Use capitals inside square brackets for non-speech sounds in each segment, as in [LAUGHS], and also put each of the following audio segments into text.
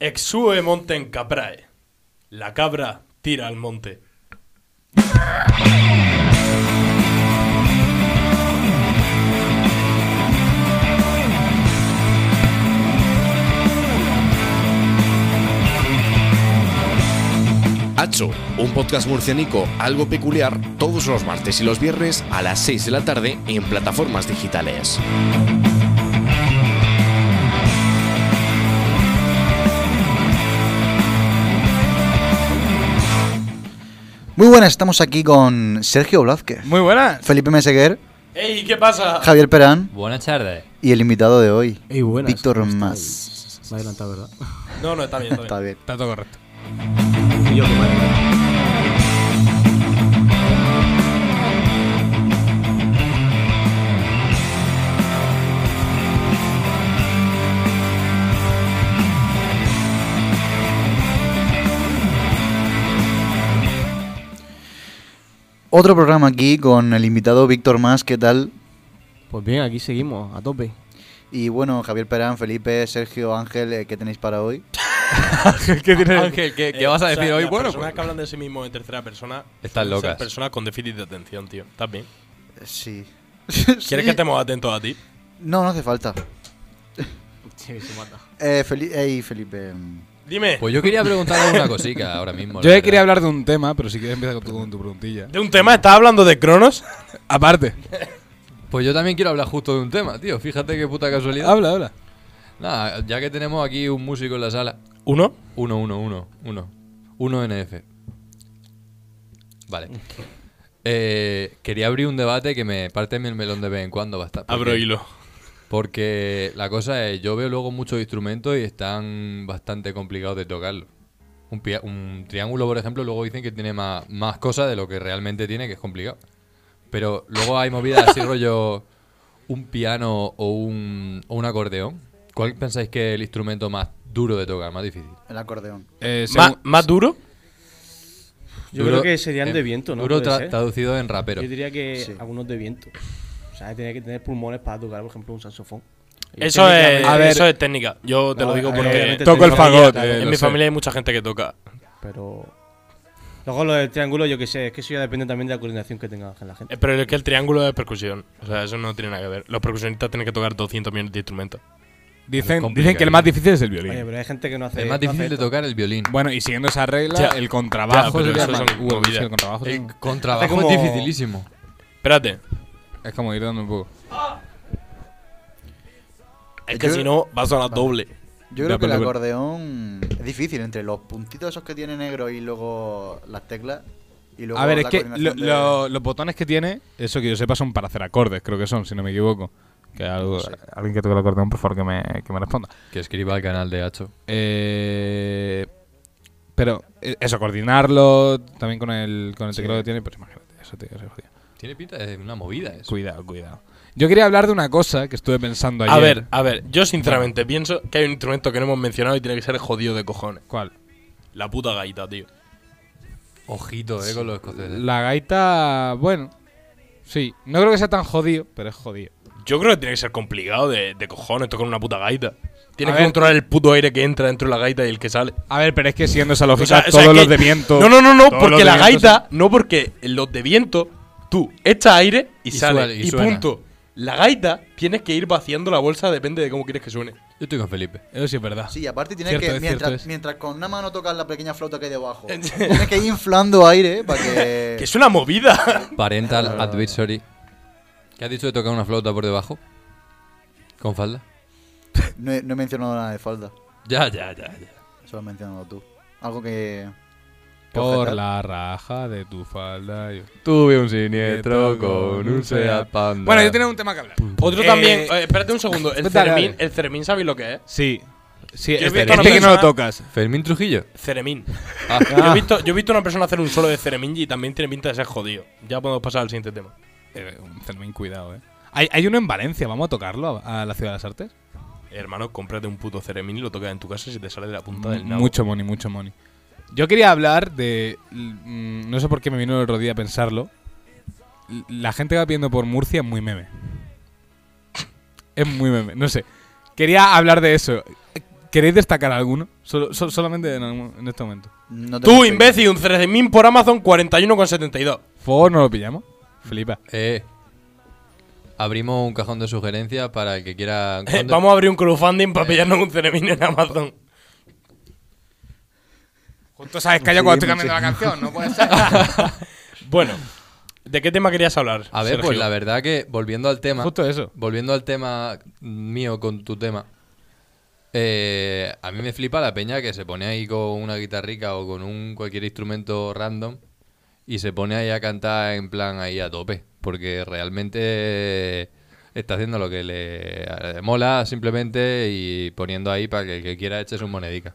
Exue monten caprae. La cabra tira al monte. Hacho, un podcast murcianico algo peculiar todos los martes y los viernes a las 6 de la tarde en plataformas digitales. Muy buenas, estamos aquí con Sergio Blázquez, Muy buenas. Felipe Meseguer, ¡Ey, qué pasa! Javier Perán Buenas tardes. y el invitado de hoy, Ey, buenas. Víctor ¿cómo estáis? Más. Me ha adelantado, ¿verdad? No, no, está bien, está Está [LAUGHS] bien. bien. Está todo correcto. Y yo que me adelanto. Otro programa aquí con el invitado Víctor Más, ¿qué tal? Pues bien, aquí seguimos, a tope. Y bueno, Javier Perán, Felipe, Sergio, Ángel, eh, ¿qué tenéis para hoy? ¿Qué [LAUGHS] tiene? Ángel, ¿qué, qué vas a Eh, o sea, decir hoy? Las Bueno, personas pues, que hablan de sí mismos en tercera persona. Están suelen ser locas. Personas con déficit de atención, tío. ¿Estás bien? Sí. ¿Quieres que estemos atentos a ti? No, no hace falta. [LAUGHS] Sí, se mata. Eh, Feli- ey, Felipe. mm, Dime, pues yo quería preguntar una cosica ahora mismo. Yo la ya quería verdad. hablar de un tema, pero si quieres empieza tú con tu preguntilla. ¿de un tema estás hablando de Cronos? Aparte. Pues yo también quiero hablar justo de un tema, tío. Fíjate qué puta casualidad. Habla, habla. Nada, ya que tenemos aquí un músico en la sala. ¿Uno? Uno, uno, uno, uno. Uno NF. [LAUGHS] Vale. Eh, quería abrir un debate que me parte el melón de vez en cuando bastante. Abro hilo. Porque la cosa es, yo veo luego muchos instrumentos y están bastante complicados de tocarlo. Un, pia- un triángulo, por ejemplo, luego dicen que tiene más, más cosas de lo que realmente tiene, que es complicado. Pero luego hay movidas [LAUGHS] así, rollo un piano o un, o un acordeón. ¿Cuál pensáis que es el instrumento más duro de tocar, más difícil? El acordeón. Eh, segu- ¿Más, más duro? Yo Duro creo que serían en- de viento, ¿no? Duro Puede tra- ser. traducido en rapero. Yo diría que Sí. algunos de viento. O sea, tiene que tener pulmones para tocar, por ejemplo, un saxofón. Eso es, A ver. eso es técnica. Yo te No, lo digo eh, porque obviamente Toco el Claro, fagot. claro. eh, en lo mi sé. familia hay mucha gente que toca. Pero. Luego lo del triángulo, yo qué sé, es que eso ya depende también de la coordinación que tenga la gente. Eh, Pero es que el triángulo es percusión. O sea, eso no tiene nada que ver. Los percusionistas tienen que tocar 200 millones de instrumentos. Dicen, Complicado. dicen que el más difícil es el Oye, violín. pero hay gente que no hace. Es más no hace difícil de esto. tocar el violín. Bueno, y siguiendo esa regla, Ya. el contrabajo Ya, pero sería eso más- son Uh, movidas. sí, el contrabajo es El un- contrabajo como- es [LAUGHS] dificilísimo. Espérate. es como ir dando un poco. Es que Yo- si no, vas a sonar doble. Yo Ya, creo que el pero- acordeón es difícil entre los puntitos esos que tiene negro y luego las teclas. Y luego A ver, la es que lo- coordinación de- lo- los botones que tiene, eso que yo sepa, son para hacer acordes, creo que son, si no me equivoco. Que algo- Alguien que toque el acordeón, por favor, que me, que me responda. Que escriba al canal de Hacho. Eh, pero eh, eso, coordinarlo también con el, con el teclado que tiene, pues imagínate, eso te jodía. Tiene pinta de una movida eso. Cuidado, cuidado. Yo quería hablar de una cosa que estuve pensando ayer. A ver, a ver. Yo sinceramente pienso que hay un instrumento que no hemos mencionado y tiene que ser jodido de cojones. ¿Cuál? La puta gaita, tío. Ojito, eh, con los escoceses. La gaita, bueno, sí. No creo que sea tan jodido, pero es jodido. Yo creo que tiene que ser complicado de, de cojones tocar una puta gaita. Tienes A que ver. controlar el puto aire que entra dentro de la gaita y el que sale. A ver, pero es que siguiendo esa O lógica, sea, o sea, todos que- los de viento. No, no, no, no, todos los porque de la viento son- gaita, no porque los de viento, tú echas aire y, Y sale. suena- y y suena. punto. La gaita tienes que ir vaciando la bolsa, depende de cómo quieres que suene. Yo estoy con Felipe. Eso sí es verdad. Sí, aparte tienes Cierto que, es, mientras, cierto es. mientras con una mano tocas la pequeña flauta que hay [LAUGHS] debajo, tienes que ir inflando aire para que... Que es una movida. Parental Advisory. ¿Qué has dicho de tocar una flauta por debajo? ¿Con falda? No he, no he mencionado nada de falda, Ya, ya, ya. ya. solo has mencionado tú. Algo que... que Por objetar. la raja de tu falda. yo- Tuve un siniestro con un Seat Panda. Bueno, yo tenía un tema que hablar. Otro Eh, también. eh, espérate un segundo. El dale, dale. Ceremín, el Ceremín, ¿sabéis lo que es? Sí. Sí, Yo he este, visto a una este que no lo persona- tocas. Fermín Trujillo. [LAUGHS] Ceremín. Ah, Yo, he visto, yo he visto a una persona hacer un solo de Ceremín y también tiene pinta de ser jodido. Ya podemos pasar al siguiente tema. Eh, un Fermín, cuidado, eh. Hay, hay uno en Valencia, vamos a tocarlo a, a la Ciudad de las Artes. Hermano, cómprate un puto Ceremín y lo tocas en tu casa si te sale de la punta del nabo. Mucho money, mucho money. Yo quería hablar de. l- mm, No sé por qué me vino el otro día a pensarlo. L- La gente que va pidiendo por Murcia es muy meme. Es muy meme, no sé. Quería hablar de eso. ¿Queréis destacar alguno? Solo- sol- solamente en, algún- en este momento. No te Tú, preocupes. imbécil, un 13.000 por Amazon, 41,72. Ford no lo pillamos. Flipa. Eh, abrimos un cajón de sugerencias para el que quiera. Eh, ¿Cuándo- Vamos a abrir un crowdfunding para pillarnos un 13.000 en Amazon. Justo sabes que yo cuando estoy cambiando la canción, no puede ser. [LAUGHS] Bueno, ¿de qué tema querías hablar? A ver, Sergio? pues la verdad que volviendo al tema. Justo eso. Volviendo al tema mío con tu tema. eh, a mí me flipa la peña que se pone ahí con una guitarrica o con un cualquier instrumento random y se pone ahí a cantar en plan ahí a tope. Porque realmente está haciendo lo que le, le mola simplemente y poniendo ahí para que el que quiera eche sus monedicas.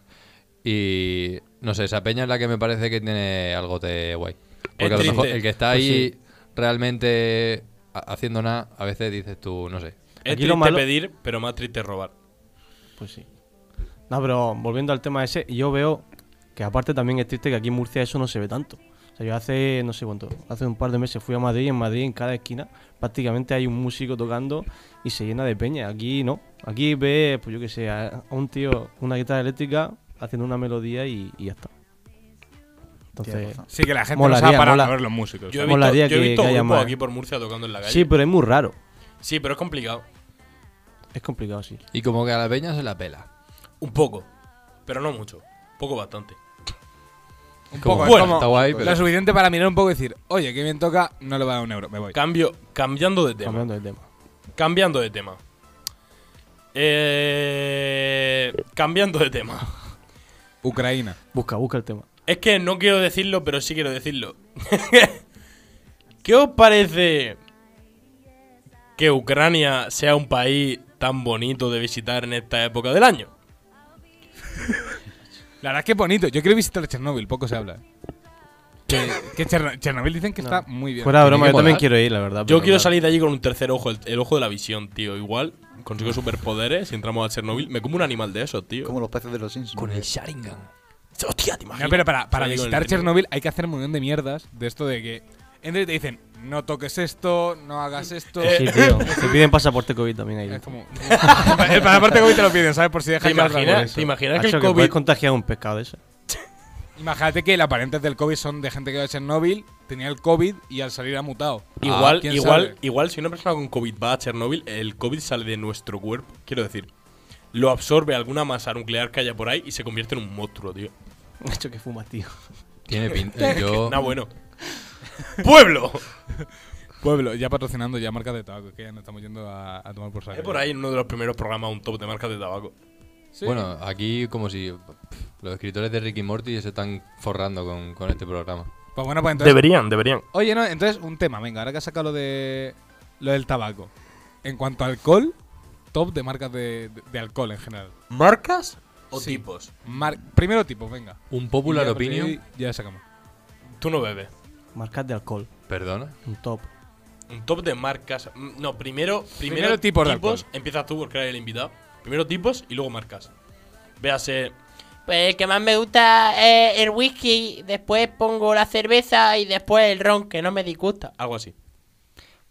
Y no sé, esa peña es la que me parece que tiene algo de guay. Porque Es a lo mejor triste. el que está Pues ahí sí. realmente ha- haciendo nada, a veces dices tú, no sé. Es Aquí triste lo malo- pedir, pero más triste robar. Pues sí. No, pero volviendo al tema ese, yo veo que aparte también es triste que aquí en Murcia eso no se ve tanto. O sea, yo hace, no sé cuánto, hace un par de meses fui a Madrid y en Madrid en cada esquina prácticamente hay un músico tocando y se llena de peña. Aquí no. Aquí ve, pues yo qué sé, a a un tío con una guitarra eléctrica haciendo una melodía y, y ya está. Tienes Entonces... razón. Sí, que la gente Molaría, no se ha parado mola. a ver los músicos. Yo he ¿sabes? visto, Molaría yo he que- visto que haya grupos más. aquí por Murcia tocando en la calle. Sí, pero es muy raro. Sí, pero es complicado. Es complicado, sí. Y como que a la peña se la pela. Un poco, pero no mucho. Poco bastante. Un poco, es como- está guay, pero Lo suficiente para mirar un poco y decir, oye, qué bien toca, no le va a dar un euro, me voy. Cambio, cambiando de tema. Cambiando de tema. Cambiando de tema. Eh, cambiando de tema. Ucraina. Busca, busca el tema. Es que no quiero decirlo, pero sí quiero decirlo. [LAUGHS] ¿Qué os parece que Ucrania sea un país tan bonito de visitar en esta época del año? La verdad es que es bonito. Yo quiero visitar Chernóbil, poco se habla. ¿eh? Que, que Cherno- Chernobyl dicen que está muy bien. Fuera de broma, que yo también molar. quiero ir, la verdad. Yo pero quiero claro. salir de allí con un tercer ojo, el, el ojo de la visión, tío. Igual consigo superpoderes si entramos a Chernobyl. Me como un animal de esos, tío. Como los peces de los Simpsons. Sharingan. Hostia, te imaginas. No, pero para, para Salí con el visitar Chernobyl. Chernobyl hay que hacer un montón de mierdas de esto de que. Entra y te dicen, no toques esto, no hagas esto. Eh, [LAUGHS] Sí, tío. Te piden pasaporte COVID también ahí. [LAUGHS] Es como. [LAUGHS] el pasaporte COVID te lo piden, ¿sabes? Por si dejas ¿Te que hagas algo. imaginas, te imaginas que Hacho, el que puedes COVID. contagiar un pescado de ese. Imagínate que las parientes del COVID son de gente que va a Chernobyl, tenía el COVID y al salir ha mutado. Ah, Igual, ah, ¿quién igual, sabe? igual, si una persona con COVID va a Chernobyl, el COVID sale de nuestro cuerpo. Quiero decir, lo absorbe alguna masa nuclear que haya por ahí y se convierte en un monstruo, tío. [LAUGHS] Hacho, que fumas, tío. [LAUGHS] Tiene pinta. eh, Yo, Nada [LAUGHS] bueno. ¡Pueblo! Pueblo, ya patrocinando ya marcas de tabaco, que ya nos estamos yendo a, a tomar por saco. Hay por ahí en uno de los primeros programas un top de marcas de tabaco. Sí. Bueno, aquí como si pff, los escritores de Ricky Morty se están forrando con, con este programa. Pues bueno, pues entonces. Deberían, deberían. Oye, no, entonces un tema, venga, ahora que has sacado lo, de, lo del tabaco. En cuanto a alcohol, top de marcas de, de- de alcohol en general. ¿Marcas o Sí. tipos? Mar- primero tipo, venga. Un popular pues, Y a partir de opinion. ahí Ya sacamos. Tú no bebes. Marcas de alcohol. Perdona. Un top. Un top de marcas. Mm, No, primero, primero, Primero tipos de alcohol. Empiezas tú porque eres el invitado. Primero tipos y luego marcas. Véase. Pues el que más me gusta es el whisky, después pongo la cerveza y después el ron, que no me disgusta. Algo así.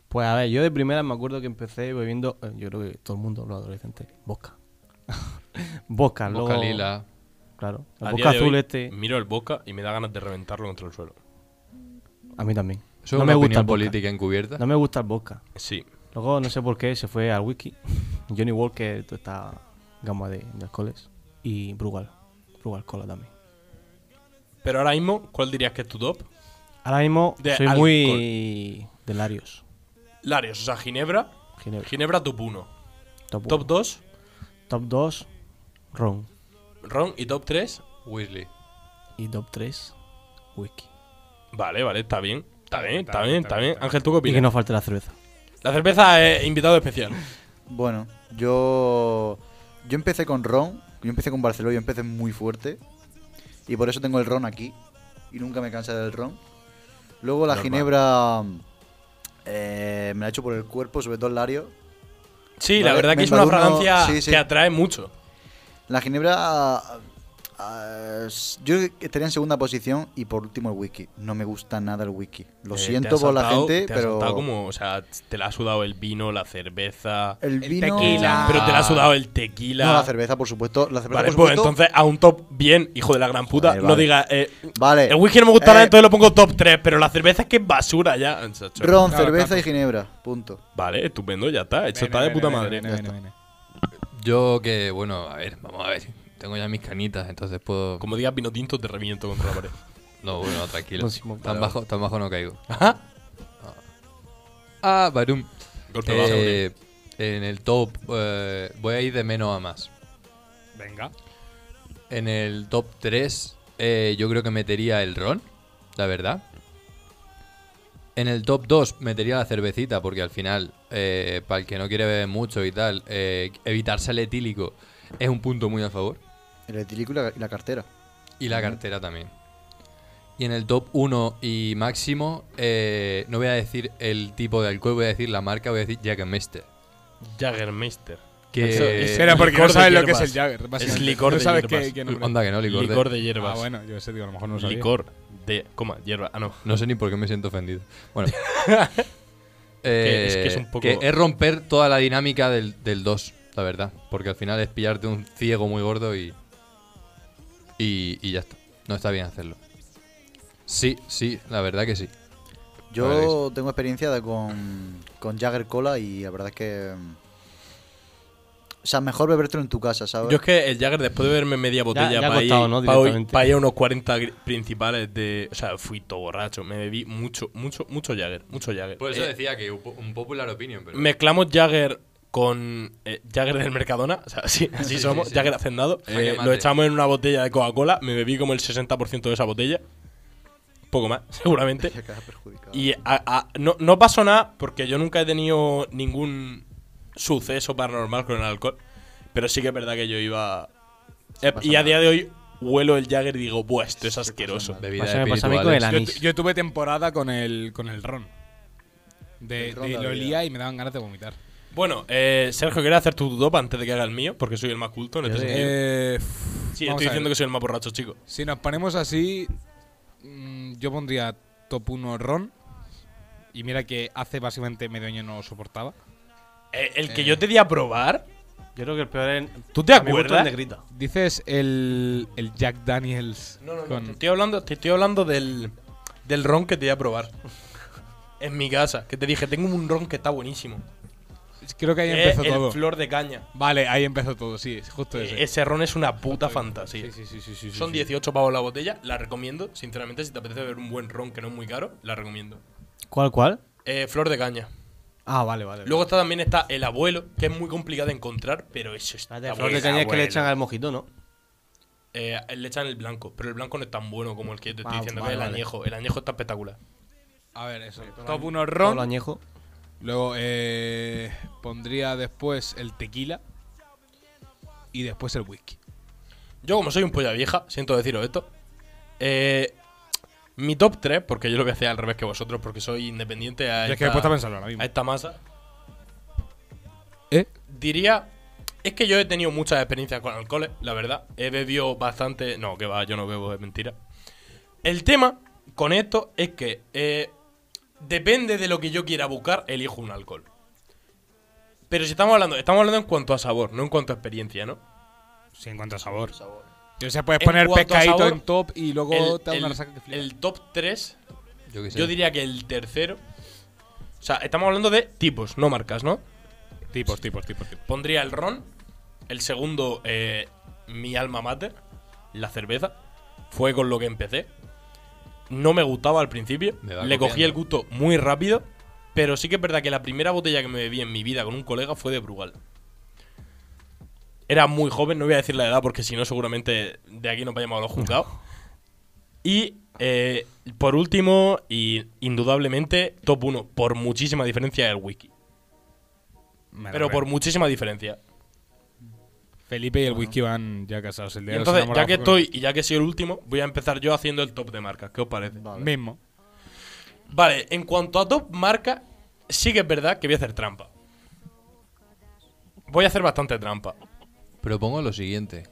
Pues a ver, yo de primera me acuerdo que empecé bebiendo, eh, yo creo que todo el mundo, los adolescentes, vodka. [LAUGHS] vodka, luego... Boca lila. Claro. A El día vodka de azul hoy, mm. este, Miro el boca y me da ganas de reventarlo contra el suelo. a mí también. Eso es no una me gusta el opinión vodka. política encubierta. No me gusta el vodka. Sí. Luego, no sé por qué, se fue al whisky. [LAUGHS] Johnny Walker, toda esta gama de, de alcoholes. Y Brugal. Brugal Cola también. Pero ahora mismo, ¿cuál dirías que es tu top? Ahora mismo De soy muy de Larios. Larios, o sea, Ginebra. Ginebra. Ginebra top 1. Top, Top 2. 2, Top 2, Ron. ron. Y top 3, Weasley. Y top 3, whisky. Vale, vale, está bien. Está bien, está bien, está bien. Ángel, ¿tú qué Y que opinas? no falte la cerveza. La cerveza es invitado especial. Bueno, yo. Yo empecé con ron. Yo empecé con Barcelona, yo empecé muy fuerte. Y por eso tengo el ron aquí. Y nunca me cansa del ron. Luego la Normal. ginebra. eh, me la he hecho por el cuerpo, sobre todo el lario. Sí, la Vale, verdad me que es una embadurno- fragancia sí, sí. que atrae mucho. La ginebra. ah, Ah, s- yo estaría en segunda posición y por último el whisky. No me gusta nada el whisky. Lo Eh, te siento has por la saltado- gente, te has pero. saltado como, o sea, te la ha sudado el vino, la cerveza, El vino. tequila, pero te la ha sudado el No, tequila. la cerveza, por supuesto. La cerveza, Vale, por pues supuesto. entonces a un top bien, hijo de la gran puta, Joder, no vale. diga eh, Vale. el whisky no me gusta nada, Eh, entonces lo pongo top 3, pero la cerveza es que es basura ya. O sea, Ron, Claro, cerveza claro. y ginebra. Punto. Vale, estupendo, ya está, esto Vene, está de vene, puta vene, madre. vene, vene, vene. Yo que, bueno, a ver, vamos a ver. Tengo ya mis canitas, entonces puedo. Como digas vino tinto, te reviento contra la pared. No, bueno, tranquilo. No, Simón, tan, claro. bajo, tan bajo no caigo. Ajá. Ah, Barum. Golpe bajo, Eh, en el top eh, voy a ir de menos a más. Venga. En el top 3 yo creo que metería el ron, la verdad. En el top 2 metería la cervecita, porque al final, eh, para el que no quiere beber mucho y tal, eh, evitarse el etílico es un punto muy a favor. El etílico y la, y la cartera. Y la cartera también. Y en el top 1 y máximo, eh, no voy a decir el tipo de alcohol, voy a decir la marca, voy a decir Jagermeister. eh, Jaggermeister. Que Eso Eh, es- Espera, porque licor no de sabes lo que es hierbas. el Jagger. básicamente. licor no de sabes hierbas. Qué, qué nombre. Onda que no, licor. de- Licor de hierbas. Ah, bueno, yo sé, digo, a lo mejor no lo sabía. Licor de, coma, hierba. Ah, no. No sé ni por qué me siento ofendido. [LAUGHS] Bueno. [LAUGHS] Eh, Que es que es un poco- que es romper toda la dinámica del, del 2, la verdad. Porque al final es pillarte un ciego muy gordo y. Y, y ya está. No está bien hacerlo. Sí, sí, la verdad que sí. La verdad que Yo tengo experiencia de con, con Jagger Cola y la verdad es que. mm, O sea, mejor bebértelo en tu casa, ¿sabes? Yo es que el Jagger, después de verme media botella ya ha para, costado, ir, ¿no? para, hoy- Directamente. para ir a unos 40 gr- principales de. O sea, fui todo borracho. Me bebí mucho, mucho, mucho Jagger. Mucho Jagger. Por Pues eso Eh, decía que un popular opinion, pero. Mezclamos Jagger con eh, Jagger del Mercadona, o sea, sí, así sí, somos, sí. Jagger hacendado. Jaque Eh, mate. lo echamos en una botella de Coca-Cola, me bebí como el 60% de esa botella, poco más, [LAUGHS] seguramente. Que acabas perjudicado. Y a- a- no, no pasó nada porque yo nunca he tenido ningún suceso paranormal con el alcohol, pero sí que es verdad que yo iba... Eh, pasa y a nada. día de hoy huelo el Jagger y digo, buah, esto es Sí, pasa asqueroso. nada. Bebida Eso me pasa a mí con el espirituales. Yo, anís. tu- yo tuve temporada con el, con el ron. De, El ron de- de lo la olía vida. y me daban ganas de vomitar. Bueno, eh, Sergio, ¿quieres hacer tu top antes de que haga el mío? Porque soy el más culto en este sentido. Eh, Sí, vamos estoy a ver. diciendo que soy el más borracho, chico. Si nos ponemos así, mm, yo pondría top 1 ron. Y mira que hace básicamente medio año no lo soportaba. Eh, el que yo te di a probar. Yo creo que el peor es. ¿Tú te a mi gusto acuerdas? el negrita. Dices el, el Jack Daniels. con- Te estoy hablando, te estoy hablando del, del ron que te di a [LAUGHS] probar. en mi casa, que te dije, tengo un ron que está buenísimo. Creo que ahí Que es empezó Eh, el todo. flor de caña. Vale, ahí empezó todo, sí, es justo Eh, ese. Ese ron es una puta fantasía. Sí, sí, sí, sí, sí, sí, Son sí. 18 pavos la botella, la recomiendo. Sinceramente, si te apetece ver un buen ron que no es muy caro, la recomiendo. ¿Cuál, cuál? Eh, flor de caña. Ah, vale, vale. Luego está, también está el abuelo, que es muy complicado de encontrar, pero eso está. La Ah, de flor bueno. de caña es que le echan al mojito, ¿no? Eh, le echan el blanco, pero el blanco no es tan bueno como el que te estoy Ah, diciendo vale, que es el vale. añejo. El añejo está espectacular. A ver, eso. Top 1 Todo lo ron. añejo. Luego eh, pondría después el tequila. Y después el whisky. Yo, como soy un polla vieja, siento deciros esto. eh, mi top 3, porque yo lo voy a hacer al revés que vosotros, porque soy independiente a, esta, Yo es que me he puesto a pensarlo ahora mismo. a esta masa. ¿Eh? Diría. Es que yo he tenido muchas experiencias con alcoholes, la verdad. He bebido bastante. No, que va, yo no bebo, es mentira. El tema con esto es que eh, depende de lo que yo quiera buscar, elijo un alcohol. Pero si estamos hablando, estamos hablando en cuanto a sabor, no en cuanto a experiencia, ¿no? Sí, en cuanto a sabor. O sea, puedes En poner cuanto a pescadito sabor, en top y luego El- te da una el- resaca que flipas. el top 3 Yo qué sé. Yo diría que el tercero. O sea, estamos hablando de tipos, no marcas, ¿no? Tipos, tipos, tipos, tipos. Pondría el ron. El segundo, eh, mi alma mater, la cerveza. Fue con lo que empecé. No me gustaba al principio. Me va Le cogí copiando. el gusto muy rápido. Pero sí que es verdad que la primera botella que me bebí en mi vida con un colega fue de Brugal. Era muy joven, no voy a decir la edad porque si no, seguramente de aquí nos vayamos a los [LAUGHS] juzgados. Y eh, por último, y indudablemente, top 1, por muchísima diferencia el wiki. Ah, Me la Pero por creo. muchísima diferencia. Felipe y el whisky van ya casados el Y día de los entonces, ya enamorados que porque no- estoy y ya que soy el último, voy a empezar yo haciendo el top de marcas. ¿Qué os parece? Vale. Mismo. Vale, en cuanto a top marca, sí que es verdad que voy a hacer trampa. Voy a hacer bastante trampa. Propongo lo siguiente.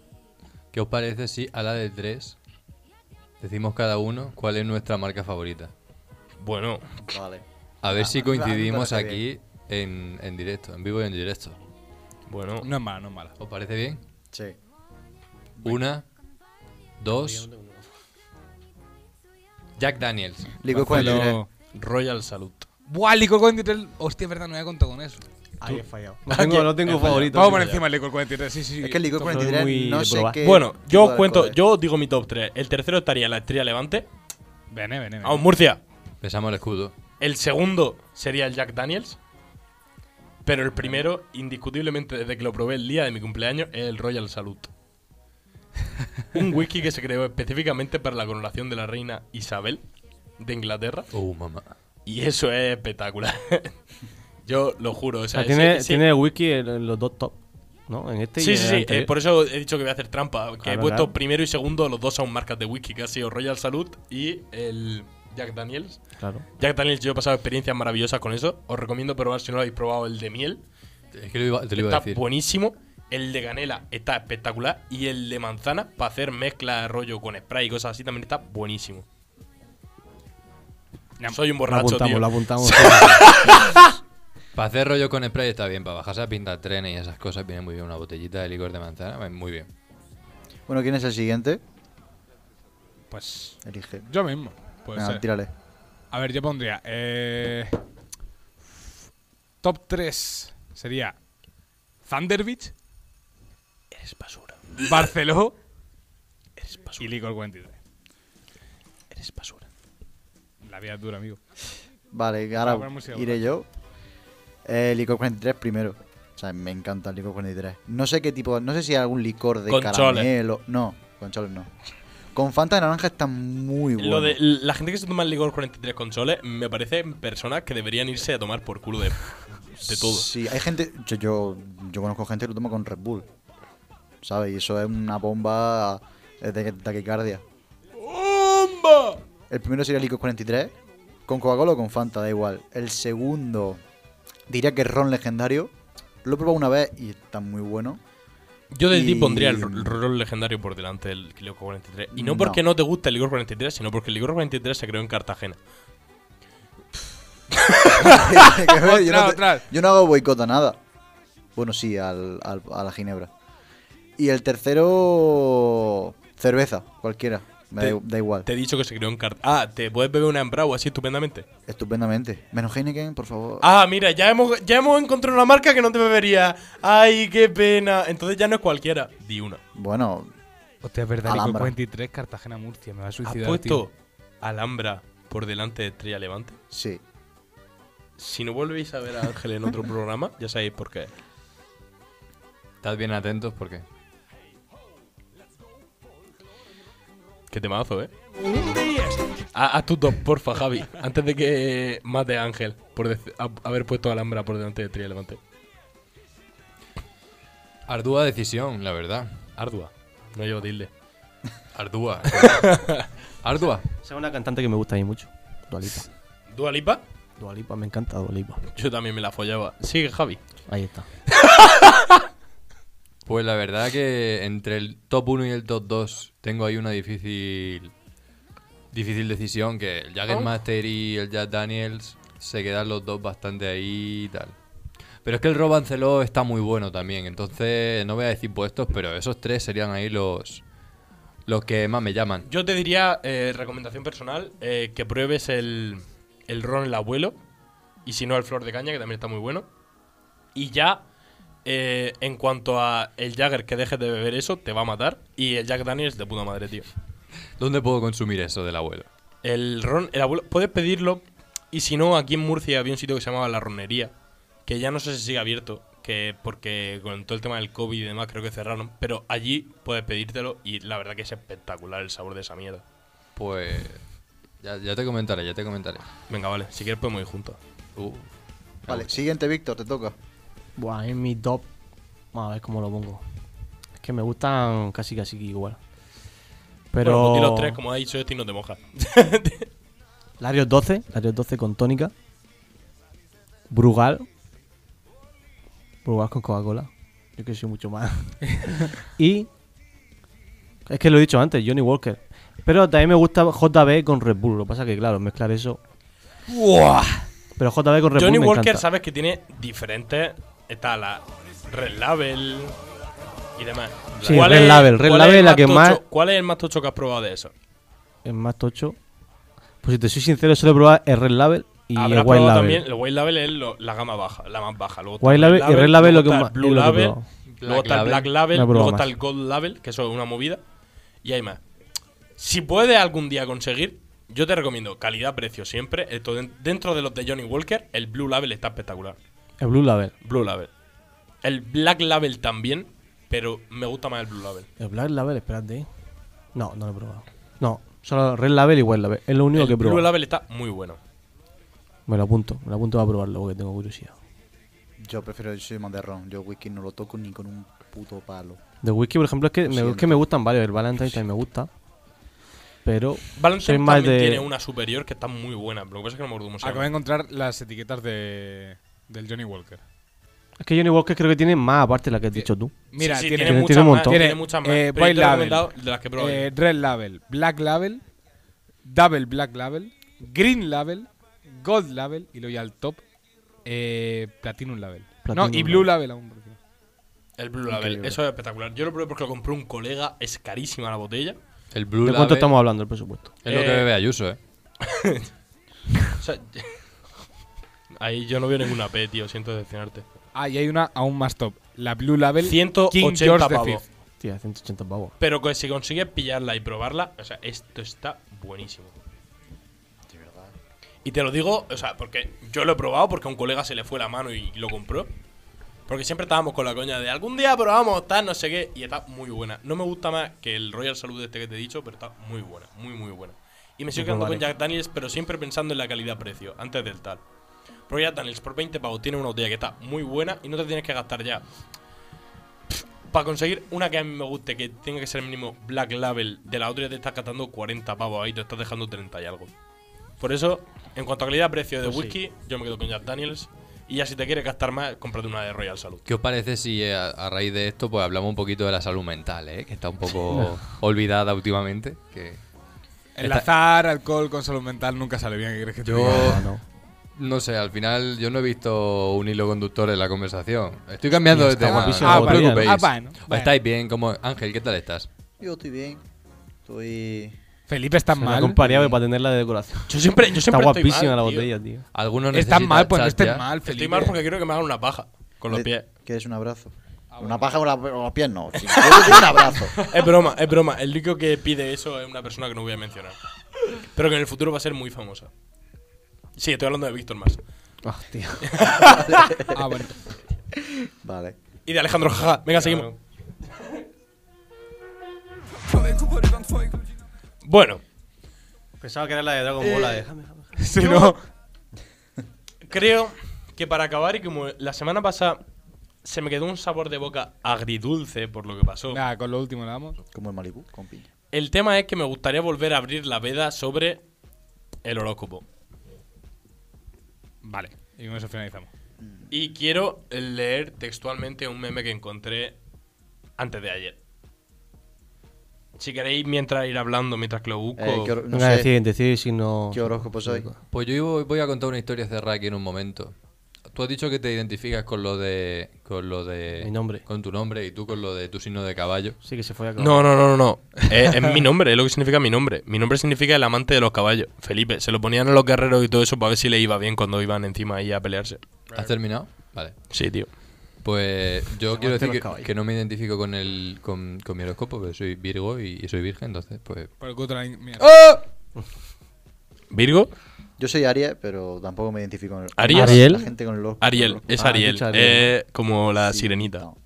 ¿Qué os parece si a la de tres decimos cada uno cuál es nuestra marca favorita? Bueno, Ah, Vale. A ver si coincidimos claro, está aquí en, en directo, en vivo y en directo. bueno. No es mala, no es mala. ¿Os parece bien? Sí. Una, dos. Jack Daniels. Licor Marcelo- 43. Royal Salud. Buah, licor 43. Hostia, es verdad, no había contado con eso. Ahí he fallado. No tengo, no tengo He fallado. favorito. Vamos por encima el licor 43. Sí, sí. Es que el licor Esto fue 43 muy no de sé probar. qué. Bueno, yo tipo os de cuento, alcohol es. yo digo mi top 3. El tercero estaría la estrella Levante. Vene, vene, vene. Vamos, Murcia. Pesamos el escudo. El segundo sería el Jack Daniels. Pero el primero, indiscutiblemente desde que lo probé el día de mi cumpleaños, es el Royal Salud. [LAUGHS] Un whisky que se creó específicamente para la coronación de la reina Isabel de Inglaterra. Uh, mamá. Y eso es espectacular. [LAUGHS] Yo lo juro. O O sea, sea, Ah, tiene, ese- ese- tiene wiki en, en los dos top, ¿no? En este y Sí, en sí, el sí. anterior. eh, por eso he dicho que voy a hacer trampa. Que he Claro, puesto claro. primero y segundo los dos son marcas de whisky, que ha sido Royal Salud y el Jack Daniels. Claro. Jack Daniels, yo he pasado experiencias maravillosas con eso. Os recomiendo probar si no lo habéis probado el de miel. Es que lo iba- te lo iba a Está decir. buenísimo. El de canela está espectacular. Y el de manzana, para hacer mezcla de rollo con spray y cosas así, también está buenísimo. Ñam. Soy un Lo borracho, apuntamos, tío. lo apuntamos. Para hacer rollo con spray está bien. Para bajarse a pintar trenes y esas cosas viene muy bien. Una botellita de licor de manzana. va Muy bien. Bueno, ¿quién es el siguiente? Pues Elige. yo mismo. Puede Venga, ser. tírale. A ver, yo pondría. eh, top 3 sería Thunder Beach. Eres basura. Barceló Eres y basura. Licor 43. Eres basura. La vida es dura, amigo. Vale, Voy a ahora poner música iré yo. Eh, licor 43 primero. O sea, me encanta el licor 43. No sé qué tipo, no sé si hay algún licor de Con caramelo. No, con choles no. Con Fanta de naranja está muy bueno. Lo de la gente que se toma el licor 43 con soles, me parecen personas que deberían irse a tomar por culo de, de todo. Sí, hay gente, yo, yo, yo conozco gente que lo toma con Red Bull. ¿Sabes? Y eso es una bomba de de taquicardia. ¡Bomba! El primero sería Licor 43. Con Coca-Cola o con Fanta, da igual. El segundo, diría que es Ron Legendario. Lo he probado una vez y está [LAUGHS] muy bueno. [LAUGHS] Yo de ti Y- pondría el ro- rol legendario por delante del licor 43. Y no No. porque no te guste el licor 43, sino porque el licor 43 se creó en Cartagena. Que veo, yo, no Otra, te- otra. yo no hago boicot a nada. Bueno, sí, al, al- a la Ginebra. Y el tercero, cerveza, cualquiera. Me da, Te- i- da igual. Te he dicho que se creó en Cartagena. Ah, te puedes beber una en Bravo así estupendamente. Estupendamente. Menos Heineken, por favor. Ah, mira, ya hemos, ya hemos encontrado una marca que no te bebería. Ay, qué pena. Entonces ya no es cualquiera. Di una. Bueno, Hostia, es verdad, Alhambra. Licor 43, Cartagena, Murcia. Me va a ¿Has suicidar. puesto tío. Alhambra por delante de Estrella Levante? sí. Si no volvéis a ver a Ángel en otro programa, ya sabéis por qué. Estad bien atentos porque. Qué temazo, ¿eh? Ha- Haz tu top, porfa, Javi. Antes de que mate a Ángel por dec- a- haber puesto Alhambra por delante de Estrella Levante. Ardua decisión, la verdad. Ardua. No llevo tilde. Ardua. Ardua. Esa es una cantante que me gusta a mí mucho. Dualipa. ¿Dualipa? Dualipa, me encanta Dualipa. Yo también me la follaba. Sigue, Javi. Ahí está. Pues la verdad que entre el top 1 y el top 2 tengo ahí una difícil difícil decisión que el Jagged Master y el Jack Daniels se quedan los dos bastante ahí y tal. Pero es que el Robanceló está muy bueno también, entonces no voy a decir puestos, pero esos tres serían ahí los los que más me llaman. Yo te diría, eh, recomendación personal, eh, que pruebes el, el ron el abuelo. Y si no, el flor de caña, que también está muy bueno. Y ya, eh, en cuanto a el Jagger, que dejes de beber eso, te va a matar. Y el Jack Daniels, de puta madre, tío. ¿Dónde puedo consumir eso del abuelo? El ron, el abuelo, puedes pedirlo. Y si no, aquí en Murcia había un sitio que se llamaba La Ronería, que ya no sé si sigue abierto, que porque con todo el tema del COVID y demás creo que cerraron, pero allí puedes pedírtelo y la verdad que es espectacular el sabor de esa mierda. Pues ya, ya te comentaré, ya te comentaré. Venga, vale, si quieres podemos ir juntos. Uh, Vale, siguiente, Víctor, te toca. Buah, es mi top. Vamos a ver cómo lo pongo. Es que me gustan casi casi que igual. Pero. Bueno, pues di los tres, como ha dicho este, y no te mojas. Larios 12, Larios 12 con tónica. Brugal. [LAUGHS] Brugal con Coca-Cola. Yo que soy mucho más. y Es que lo he dicho antes, Johnny Walker. Pero también me gusta JB con Red Bull. Lo que pasa que, claro, mezclar eso. Pero JB con Red Johnny Bull. me Walker, encanta. sabes que tiene diferentes. Está la Red Label y demás. Sí, Red Label, Red cuál Label el es la que tocho- más- ¿Cuál es el más tocho que has probado de eso? Es más tocho. Pues si te soy sincero, solo he probado el Red Label y el Habrás White probado Label. también. El White Label es lo- la gama baja, la más baja. Luego está White Label y Red Label luego lo que está más- el Blue es lo que he Label, probado. luego está el Black Black Label, No he probado luego está más. el Gold Label, que eso es una movida. Y hay más. Si puedes algún día conseguir, yo te recomiendo calidad-precio siempre. Esto den- dentro de los de Johnny Walker, el Blue Label está espectacular. El Blue Label. Blue Label. El Black Label también, pero me gusta más el Blue Label. El Black Label, espérate. No, no lo he probado. No, solo Red Label y White Label. Es lo único el que he Blue probado. Label está muy bueno. Me lo apunto, me lo apunto para probarlo porque tengo curiosidad. Yo prefiero, yo soy más de ron. Yo whisky no lo toco ni con un puto palo. De whisky, por ejemplo, es que, me, es siento. que me gustan varios. El Valentine también me gusta. Pero soy Valentine más también de. tiene una superior que está muy buena. Lo que pasa es que no me acuerdo cómo se Acabo de llama. encontrar las etiquetas de, del Johnny Walker. Es que Johnny Walker creo que tiene más aparte de la que has dicho tú. Mira, Sí, sí, tiene, tiene muchas un más, montón. Tiene, Tiene, muchas más. eh, pero yo te he White recomendado Label. de las que he probado eh, yo. Red Label, Black Label, Double Black Label, Green Label, Gold Label y luego ya al top, eh, Platinum Label. Platinum no, y Blue Label. Label aún. porque- El Blue Label. Eso es espectacular. Yo lo probé porque lo compró un colega. Es carísima la botella. El Blue ¿De Label cuánto estamos hablando del presupuesto? es lo que Eh, bebe Ayuso, ¿eh? O sea, [LAUGHS] ahí yo no veo ninguna P, tío. Siento decepcionarte. Ah, y hay una aún más top, la Blue Label, King 180 George V. pavos. Tía, 180 pavos. Pero que si consigues pillarla y probarla, o sea, esto está buenísimo. De verdad. Y te lo digo, o sea, porque yo lo he probado porque a un colega se le fue la mano y lo compró. Porque siempre estábamos con la coña de algún día probamos, tal, no sé qué, y está muy buena. No me gusta más que el Royal Salud este que te he dicho, pero está muy buena, muy, muy buena. Y me sigo quedando con Jack Daniels, pero siempre pensando en la calidad-precio, antes del tal. Porque Jack Daniels por 20 pavos tiene una botella que está muy buena y no te tienes que gastar ya para conseguir una que a mí me guste, que tenga que ser el mínimo Black Label, de la otra ya te estás catando 40 pavos ahí, te estás dejando 30 y algo. Por eso, en cuanto a calidad-precio Pues de whisky, yo me quedo con Jack Daniels. Y ya si te quieres gastar más, cómprate una de Royal Salud. ¿Qué os parece si eh, a, a raíz de esto pues hablamos un poquito de la salud mental, eh? Que está un poco [LAUGHS] olvidada últimamente. Que Enlazar alcohol con salud mental nunca sale bien, ¿qué crees que te yo diga? no sé, al final yo no he visto un hilo conductor en la conversación. Estoy cambiando de está tema. guapísimo, no os guapísimo. preocupéis. Ah, bueno, bueno. Estáis bien, como Ángel, ¿qué tal estás? Yo estoy bien. Estoy. Felipe está Me la mal. compraría para tenerla de decoración. Yo siempre, yo Está siempre estoy guapísima mal, la tío. botella, tío. Algunos Estás necesitan mal, pues no chat estés ya. mal, Felipe. Estoy mal porque quiero que me hagan una paja con los pies. Ah, Que es un abrazo. Una paja con, la- con los pies, no. chico. Yo te doy [LAUGHS] un abrazo. Es broma, es broma. El único que pide eso es una persona que no voy a mencionar. Pero que en el futuro va a ser muy famosa. Sí, estoy hablando de Víctor Más. Ah, tío. [LAUGHS] [LAUGHS] Ah, bueno. Vale. Y de Alejandro Jaja. Venga, seguimos. Bueno, Pensaba que era la de Dragon Ball. la de- Déjame, déjame. Si no, creo que para acabar, y como la semana pasada se me quedó un sabor de boca agridulce por lo que pasó, nada, con lo último le damos. Como el Malibu, con piña. el tema es que me gustaría volver a abrir la veda sobre el horóscopo. Vale, y con eso finalizamos. Y quiero leer textualmente un meme que encontré antes de ayer. Si queréis, mientras ir hablando, mientras que lo busco. Eh, ¿qué, hor- no Venga, sé decir, decir si no. qué horóscopo soy. Pues yo iba- voy a contar una historia cerrada aquí en un momento. Tú has dicho que te identificas con lo de. con lo de. Mi nombre. Con tu nombre y tú con lo de tu signo de caballo. Sí, que se fue a acabar. No, no, no, no. no. [LAUGHS] Eh, es mi nombre, es lo que significa mi nombre. Mi nombre significa el amante de los caballos. Felipe, se lo ponían a los guerreros y todo eso para ver si le iba bien cuando iban encima ahí a pelearse. ¿Has terminado? Vale. Sí, tío. Pues yo quiero decir los que, caballos. que no me identifico con el con, con mi horóscopo, pero soy Virgo y, y soy virgen, entonces pues Por el culo de la in- mierda. Virgo, Yo soy Aries, pero tampoco me identifico con el. ¿Aries? ¿Ariel? La gente con el horóscopo. Ariel, es Ah, has Ariel. dicho Ariel. eh, como la sirenita. No.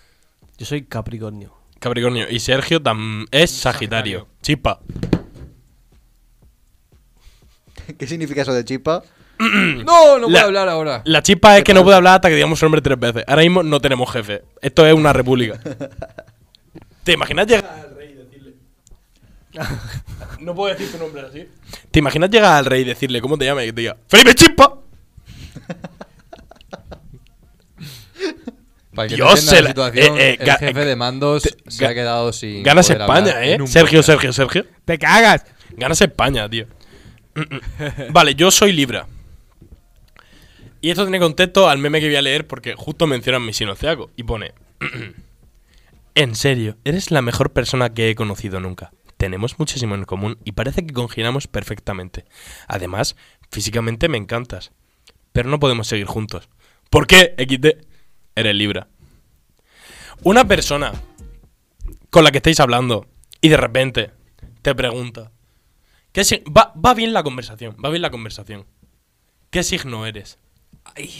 [LAUGHS] Yo soy Capricornio. Capricornio. Y Sergio tam- es Sagitario. Sagitario. Chispa. ¿Qué significa eso de chispa? ¡No! ¡No La- puedo hablar ahora! La chispa es que no puede hablar hasta que digamos su nombre tres veces. Ahora mismo no tenemos jefe. Esto es una [LAUGHS] república. ¿Te imaginas llegar al rey y decirle? [LAUGHS] No puedo decir tu nombre así. ¿Te imaginas llegar al rey y decirle cómo te llamas y que te diga ¡Felipe Chispa! Para que Dios, te entiendas se la- la situación, eh, eh, el ga- jefe de mandos te- se ha ga- quedado sin. Ganas poder hablar España, ¿eh? en un Sergio, podcast. Sergio, Sergio. ¡Te cagas! Ganas España, tío. Mm, [LAUGHS] mm. vale, yo soy Libra. Y esto tiene contexto al meme que voy a leer porque justo mencionan mi signo zodiaco y pone En serio, eres la mejor persona que he conocido nunca. Tenemos muchísimo en común y parece que congeniamos perfectamente. Además, físicamente me encantas. Pero no podemos seguir juntos. ¿Por qué, XD? Eres Libra. Una persona con la que estáis hablando y de repente te pregunta, ¿qué sig- va, va bien la conversación, va bien la conversación. ¿Qué signo eres? Ay.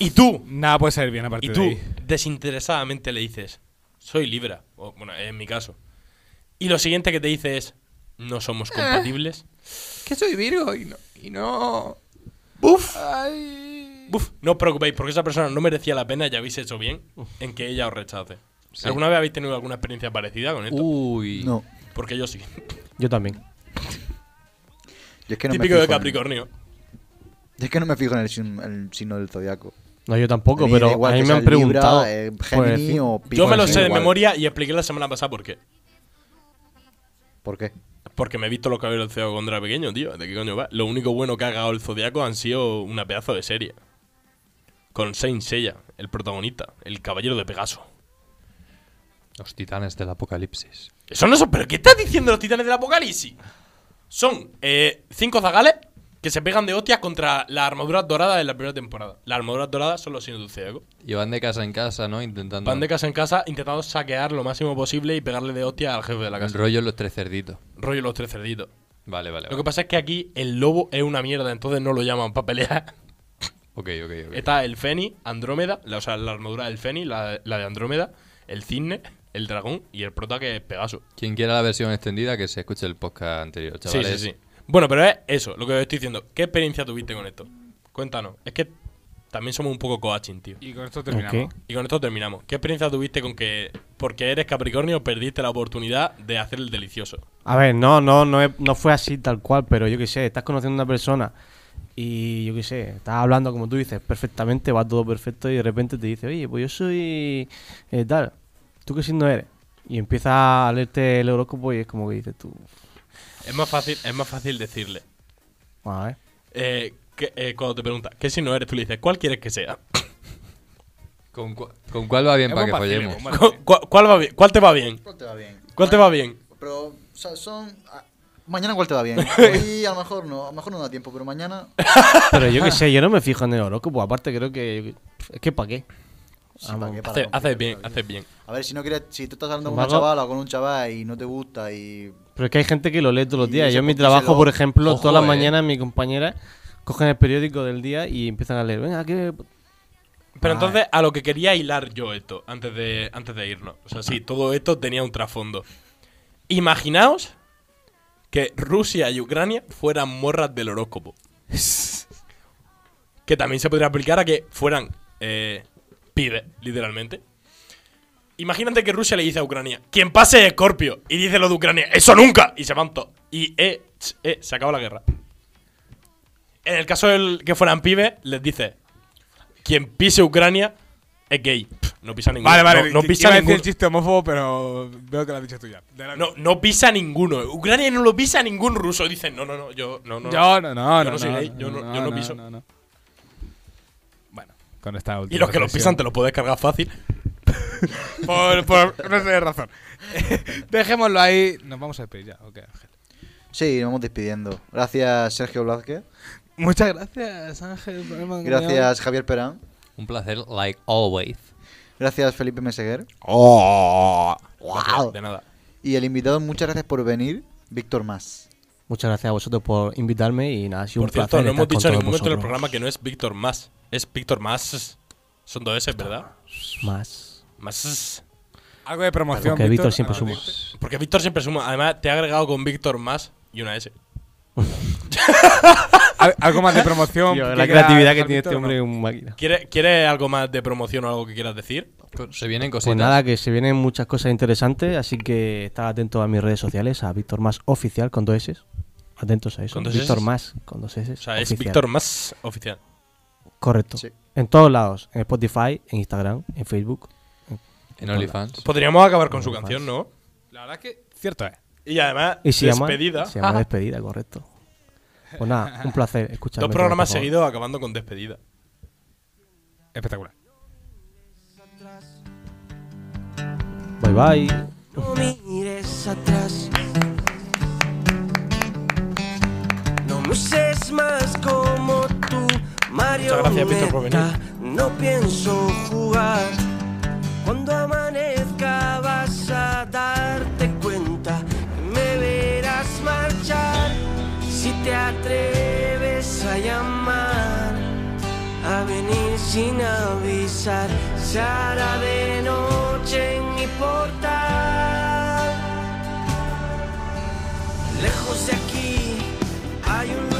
Y tú, Nada puede ser bien Pues aparte y de tú ahí. desinteresadamente le dices, soy Libra, o, bueno, en mi caso. Y lo siguiente que te dice es, no somos compatibles. Que soy Virgo y no. Y no... Buf, Ay. buf, no os preocupéis, porque esa persona no merecía la pena y habéis hecho bien en que ella os rechace. Sí. ¿Alguna vez habéis tenido alguna experiencia parecida con esto? Uy. Uh. No. Porque yo sí. Yo también. Yo es que no Típico me de fijo en- Capricornio. yo es que no me fijo en el, sin- el signo del zodiaco. No, yo A tampoco, mí me da pero igual a mí que me han sea Libra, preguntado. pues, eh, por Géminis decir- o Yo Piscis, me lo me da sé de igual. memoria y expliqué la semana pasada por qué. ¿Por qué? Porque me he visto los cabellos del Zodiaco cuando era pequeño, tío. ¿De qué coño va? Lo único bueno que ha cagado el Zodiaco han sido una pedazo de serie. Con Saint Seiya, el protagonista, el caballero de Pegaso. Los titanes del apocalipsis. Eso no son. ¿Pero qué estás diciendo los titanes del apocalipsis? Son eh, cinco zagales que se pegan de hostias contra las armaduras doradas de la primera temporada. Las armaduras doradas son los signos del Zodiaco. Y van de casa en casa, ¿no? Intentando. Van de casa en casa intentando saquear lo máximo posible y pegarle de hostias al jefe de la casa. Rollo los tres cerditos. Rollo los tres cerditos. Vale, vale. Lo vale. que pasa es que aquí el lobo es una mierda, entonces no lo llaman para pelear. Ok, ok, ok. Está el Feni, Andrómeda, la, o sea, la armadura del Feni, la, la de Andrómeda, el cisne, el dragón y el prota que es Pegaso. Quien quiera la versión extendida, que se escuche el podcast anterior, Sí, chavales. sí, sí. Bueno, pero es eso, lo que os estoy diciendo. ¿Qué experiencia tuviste con esto? Cuéntanos. Es que también somos un poco coaching, tío. Y con esto terminamos. Ok. Y con esto terminamos. ¿Qué experiencia tuviste con que, porque eres Capricornio, perdiste la oportunidad de hacer el delicioso? A ver, no, no, no, es- no fue así tal cual, pero yo qué sé, estás conociendo a una persona y yo qué sé, estás hablando como tú dices, perfectamente, va todo perfecto y de repente te dice, oye, pues yo soy eh, tal, ¿tú qué signo eres? Y empiezas a leerte el horóscopo y es como que dices tú, Es más fácil, es más fácil decirle. a ver. eh, que- eh, cuando te pregunta, ¿qué si no eres? Tú le dices, ¿cuál quieres que sea? ¿Con, cua- con cuál va bien Es para buen que vacile, follemos? buen ¿Cu- vacile. cu- [LAUGHS] ¿Cuál, va bien? ¿Cuál te va bien? ¿Cuál te va bien? ¿Cuál te va bien? Pero, o sea, son... ah, Mañana cuál [LAUGHS] te va bien. Hoy a lo mejor no, a lo mejor no da tiempo, pero mañana... Pero yo qué sé, yo no me fijo en el horóscopo, aparte creo que, es que para qué. sí, Vamos. ¿para qué? Para Haces haces complicar bien, la vida. haces bien. A ver, si no quieres... Si tú estás hablando con una Sin embargo- chavala o con un chaval y no te gusta y... Pero es que hay gente que lo lee todos los Y días. ese Yo en mi poquísimo- trabajo, por ejemplo, Ojo, todas las eh. mañanas mis compañeras cogen el periódico del día y empiezan a leer, venga, que... Pero entonces, a lo que quería hilar yo esto, antes de, antes de irnos. O sea, sí, todo esto tenía un trasfondo. Imaginaos que Rusia y Ucrania fueran morras del horóscopo. que también se podría aplicar a que fueran eh, pibes, literalmente. Imagínate que Rusia le dice a Ucrania, quien pase es Scorpio, y dice lo de Ucrania, eso nunca, y se van todos. Y eh, ch, eh, se acaba la guerra. En el caso del que fueran pibes, les dice, quien pise Ucrania es gay. Pff, no pisa ninguno. Vale, vale. No, no te- pisa iba a decir ninguno. el chiste homófobo, pero veo que lo has dicho tú ya. De la- No, no pisa ninguno. Ucrania no lo pisa ningún ruso. Dicen, no, no, no, yo no, no. Yo no, no, Yo no no, soy gay, yo no- yo no piso. no. Bueno, con esta última. Y los que lo pisan reflexión. te lo puedes cargar fácil. [LAUGHS] Por, por no sé razón. [LAUGHS] Dejémoslo ahí. Nos vamos a despedir ya. Ok, Ángel. Sí, nos vamos despidiendo. Gracias, Sergio Blázquez. Muchas gracias, Ángel. por haberme acompañado. Gracias, Javier Perán. Un placer, like always. Gracias, Felipe Meseguer. Oh, De nada. Y el invitado, muchas gracias por venir, Víctor Más. Muchas gracias a vosotros por invitarme y nada, ha sido Por un placer. cierto, no estar hemos con dicho en todos ningún momento del vosotros. programa que no es Víctor Más. Es Víctor Más. Son dos S, ¿verdad? Más. Más. Algo de promoción. Ah, Porque Víctor siempre antes de suma. irte. Porque ah, Víctor siempre suma. Además, te ha agregado con Víctor Más y una S. Al- Algo más [LAUGHS] de promoción. Tío, que la quiera creatividad que dejar tiene Víctor, este ¿o no? hombre es un máquina. ¿Quieres quiere algo más de promoción o algo que quieras decir? Se vienen cositas. Pues nada, que se vienen muchas cosas interesantes, así que estad atentos a mis redes sociales, a Víctor Más Oficial con dos S. Atentos a eso. ¿Con dos Víctor Ss? Más con dos S. O sea, es Víctor Más oficial. Correcto. Sí. En todos lados. En Spotify, en Instagram, en Facebook. En OnlyFans. Podríamos acabar con su canción, ¿no? La verdad es que cierto es. Y además, Y se llama- despedida. Se llama despedida, correcto. Pues nada, un placer [LAUGHS] escuchar. Dos programas seguidos acabando con despedida. Espectacular. Bye bye. No mires atrás. No me uses más como tú, Mario. Muchas gracias, Víctor, por venir. No pienso jugar. Cuando amanezca vas a darte cuenta. que Me verás marchar si te atreves a llamar. A venir sin avisar, se hará de noche en mi portal. Lejos de aquí hay un